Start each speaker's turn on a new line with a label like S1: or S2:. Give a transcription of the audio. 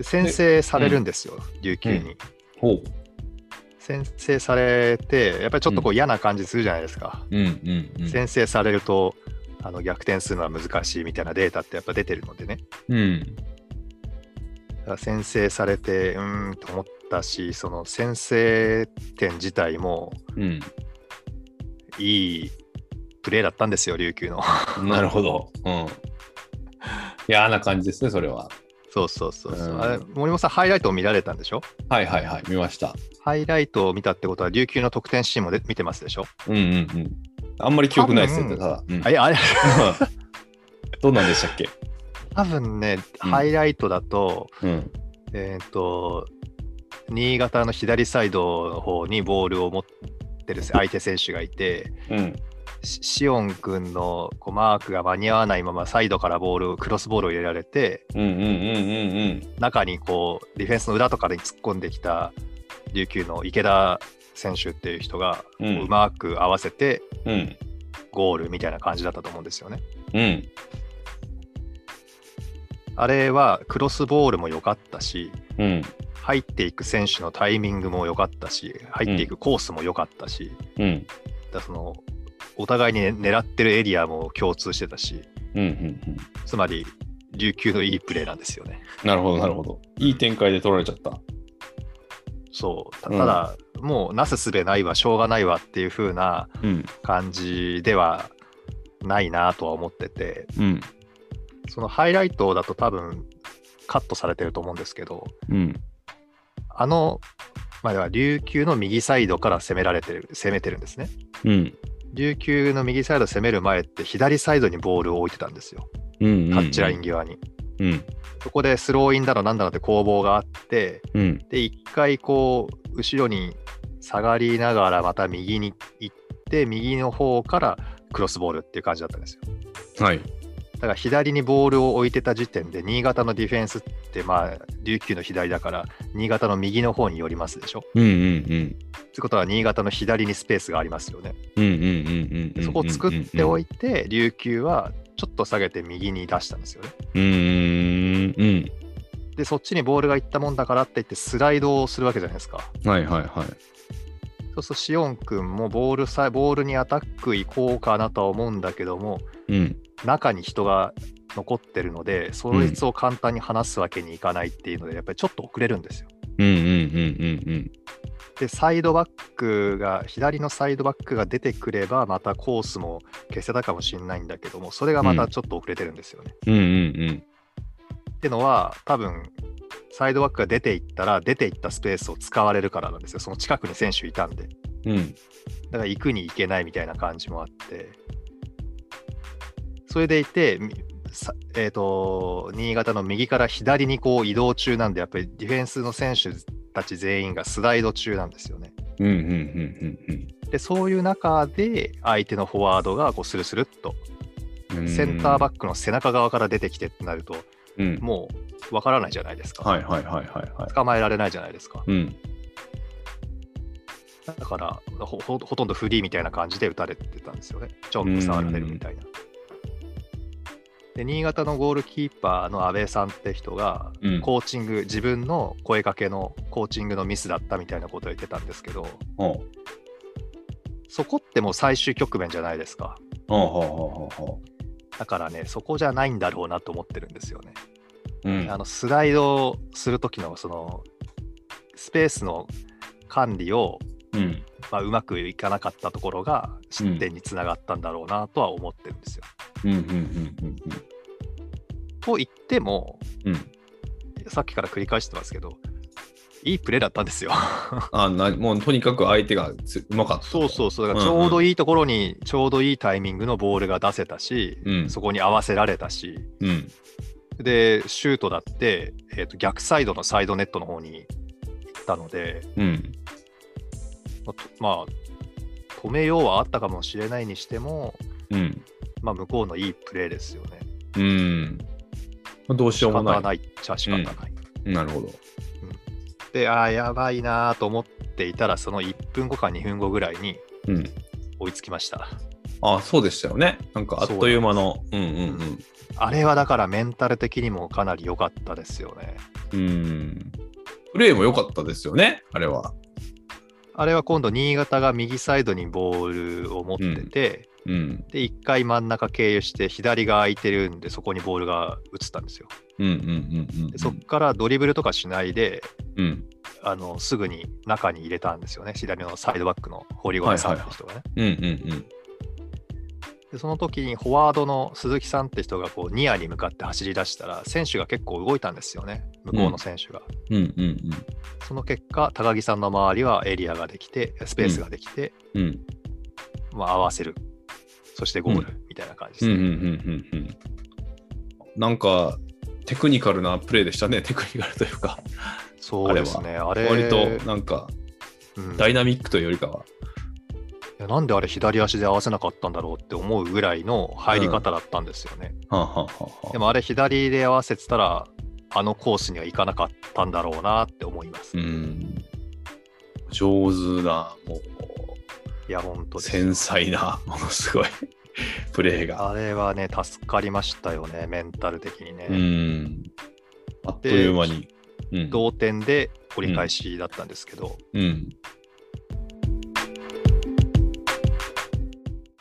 S1: 先制されるんですよ、琉球に。
S2: ほう。
S1: 先制されて、やっぱりちょっとこう嫌な感じするじゃないですか。
S2: うんうんうん。
S1: 先制されるとあの逆転するのは難しいみたいなデータってやっぱ出てるのでね。
S2: うん。
S1: だから先制されてうーんと思ったしその先制点自体も
S2: うん。
S1: いいプレーだったんですよ琉球の。
S2: なるほど。うん。嫌な感じですね、それは。
S1: そうそうそうそう
S2: うん
S1: あれ森本さんハイライトを見られたんでしょ
S2: はいはいはい、見ました。
S1: ハイライトを見たってことは琉球の得点シーンもで見てますでしょ、
S2: うんうんうん。あんまり記憶ないですね、
S1: 多分
S2: ただ。うん
S1: あいやあれ
S2: どうなんでしたっけ
S1: 多分ね
S2: うん
S1: ハイライトだと、
S2: うん。
S1: えっ、と新潟の左サイドの方にボールを持ってる相手選手がいて
S2: うん。
S1: シシオン君のこうマークが間に合わないままサイドからボールをクロスボールを入れられて
S2: うんうんうんうんうん。
S1: 中にこうディフェンスの裏とかに突っ込んできた琉球の池田選手っていう人が
S2: う
S1: こうんうまく合わせて
S2: うん。
S1: ゴールみたいな感じだったと思うんですよね。
S2: うん。
S1: あれはクロスボールも良かったし
S2: うん。
S1: 入っていく選手のタイミングも良かったし入っていくコースも良かったし、
S2: うん。
S1: だからそのお互いに狙ってるエリアも共通してたし
S2: うん。うん。
S1: つまり琉球のいいプレーなんですよね。
S2: なるほど、なるほど。いい展開で取られちゃった。
S1: そうた
S2: うん
S1: ただ、もうなすすべないわしょうがないわっていう風な
S2: うん。
S1: 感じではないなとは思ってて
S2: うん。
S1: そのハイライトだと多分カットされてると思うんですけど
S2: うん。
S1: あの、まあ、では琉球の右サイドから攻められてる攻めてるんですね
S2: うん。
S1: 琉球の右サイド攻める前って左サイドにボールを置いてたんですよ
S2: うん。
S1: タッチライン。際に、
S2: うん。
S1: そこでスローインだのなんだのって攻防があって
S2: うん。
S1: で一回こう後ろに下がりながらまた右に行って右の方からクロスボールっていう感じだったんですよ
S2: はい。
S1: だから左にボールを置いてた時点で、新潟のディフェンスって、まあ、琉球の左だから、新潟の右の方に寄りますでしょ。
S2: うんうん
S1: ってことは、新潟の左にスペースがありますよね。
S2: うん。うんうんうんうん。
S1: そこを作ってお
S2: い
S1: いて、琉球はちょっと下げて右に出したんですよね。
S2: うんうん
S1: で、そっちにボールが行ったもんだからって言って、スライドをするわけじゃないですか。
S2: うん。はいはいはい。
S1: そうすると、シオン君もボールさボールにアタック行こうかなとは思うんだけども、
S2: うん。
S1: 中に人が残ってるので、そいつを簡単に離すわけにいかないっていうので、やっぱりちょっと遅れるんですよ。
S2: うんうんうんうんうん。
S1: でサイドバックが左のサイドバックが出てくればまたコースも消せたかもしれないんだけどもそれがまたちょっと遅れてるんですよね。
S2: うんうん
S1: ってのは多分サイドバックが出ていったら出ていったスペースを使われるからなんですよその近くに選手いたんで
S2: うん。うん。
S1: だから行くに行けないみたいな感じもあってそれでいて、みさえー、と新潟の右から左にこう移動中なんでやっぱりディフェンスの選手たち全員がスライド中なんですよね。
S2: うんうんうん
S1: でそういう中で相手のフォワードがこうスルスルっと
S2: うんうん。
S1: センターバ
S2: ッ
S1: ックの背中側から出てきてってなると
S2: ク。うん。
S1: もうわからないじゃないですか、
S2: はいはいはいはいはい。
S1: 捕まえられないじゃないですか
S2: うん。
S1: だからほほほとんどフリーみたいな感じで打たれてたんですよねちょんと触られるみたいなで新潟のゴールキーパーの阿部さんって人が
S2: うん。
S1: コーチング自分の声かけのコーチングのミスだったみたいなことを言ってたんですけど
S2: ほう
S1: そこってもう最終局面じゃないですか
S2: ほうほうほうほうほ
S1: だからねそこじゃないんだろうなと思ってるんですよね
S2: う。うん。
S1: あのスライドする時のそのスペースの管理を、
S2: うん。
S1: まあ、うまくいかなかったところが失点につながったんだろうなとは思ってるんですよ。
S2: うんうんうんうんうん。
S1: と言っても
S2: うん、
S1: さっきから繰り返してますけどいいプレーだったんですよ。
S2: あなもうとにかく相手がつうまかったと。
S1: そうそうそうだからち
S2: うんうん
S1: ょうどいいところにちょうどいいタイミングのボールが出せたし、
S2: うん
S1: そこに合わせられたし
S2: うん。
S1: でシュートだって、えーと逆サイドのサイドネットの方に行ったので。
S2: うん。
S1: まあとまあ、止めようはあったかもしれないにしても、
S2: うん。
S1: まあ、向こうのいいプレーですよね。
S2: うん。どうし
S1: 仕
S2: ようも
S1: 方
S2: ない。
S1: ないっちゃ仕方ない。
S2: なるほど。
S1: で、ああ、やばいなーと思っていたら、その1分後か2分後ぐらいに
S2: うん。
S1: 追いつきました。
S2: あ、そうでしたよね。なんかあっという間の。うんうん
S1: あれはだからメンタル的にもかなり良かったですよね。
S2: うん。うん。プレーも良かったですよね、あれは。
S1: あれは今度、新潟が右サイドにボールを持ってて、
S2: うん。
S1: で、一回真ん中経由して、左が空いてるんで、そこにボールが移ったんですよ。
S2: うんうんうんうん。
S1: でそっからドリブルとかしないで、
S2: うん。
S1: あのすぐに中に入れたんですよね、左のサイドバックの堀越さんって人がね。
S2: うんうんうん。
S1: でその時にフォワードの鈴木さんって人がこうニアに向かって走り出したら、選手が結構動いたんですよね、向こうの選手が。
S2: うんうん
S1: その結果、高木さんの周りはエリアができて、スペースができて、
S2: うん。うん
S1: まあ、合わせる、そしてゴールみたいな感じ
S2: うん
S1: で
S2: う
S1: す
S2: ん
S1: ね。
S2: うんうんうん。なんか、テクニカルなプレーでしたね、テ クニカルというか、
S1: そうですね、あれ
S2: 割となんか、
S1: うん
S2: ダイナミックというよりかは。
S1: いやなんであれ左足で合わせなかったんだろうって思うぐらいの入り方だったんですよね。
S2: はあはあはあはあ
S1: でもあれ左で合わせてたらあのコースにはいかなかったんだろうなって思います。
S2: う
S1: い
S2: ん。上手な、も
S1: や本当
S2: う、
S1: です。
S2: 繊細な、ものすごい プレーが。
S1: あれはね助かりましたよねメンタル的にね。
S2: うん。あっという間に。うん。
S1: 同点で折り返しだったんですけど、
S2: うん。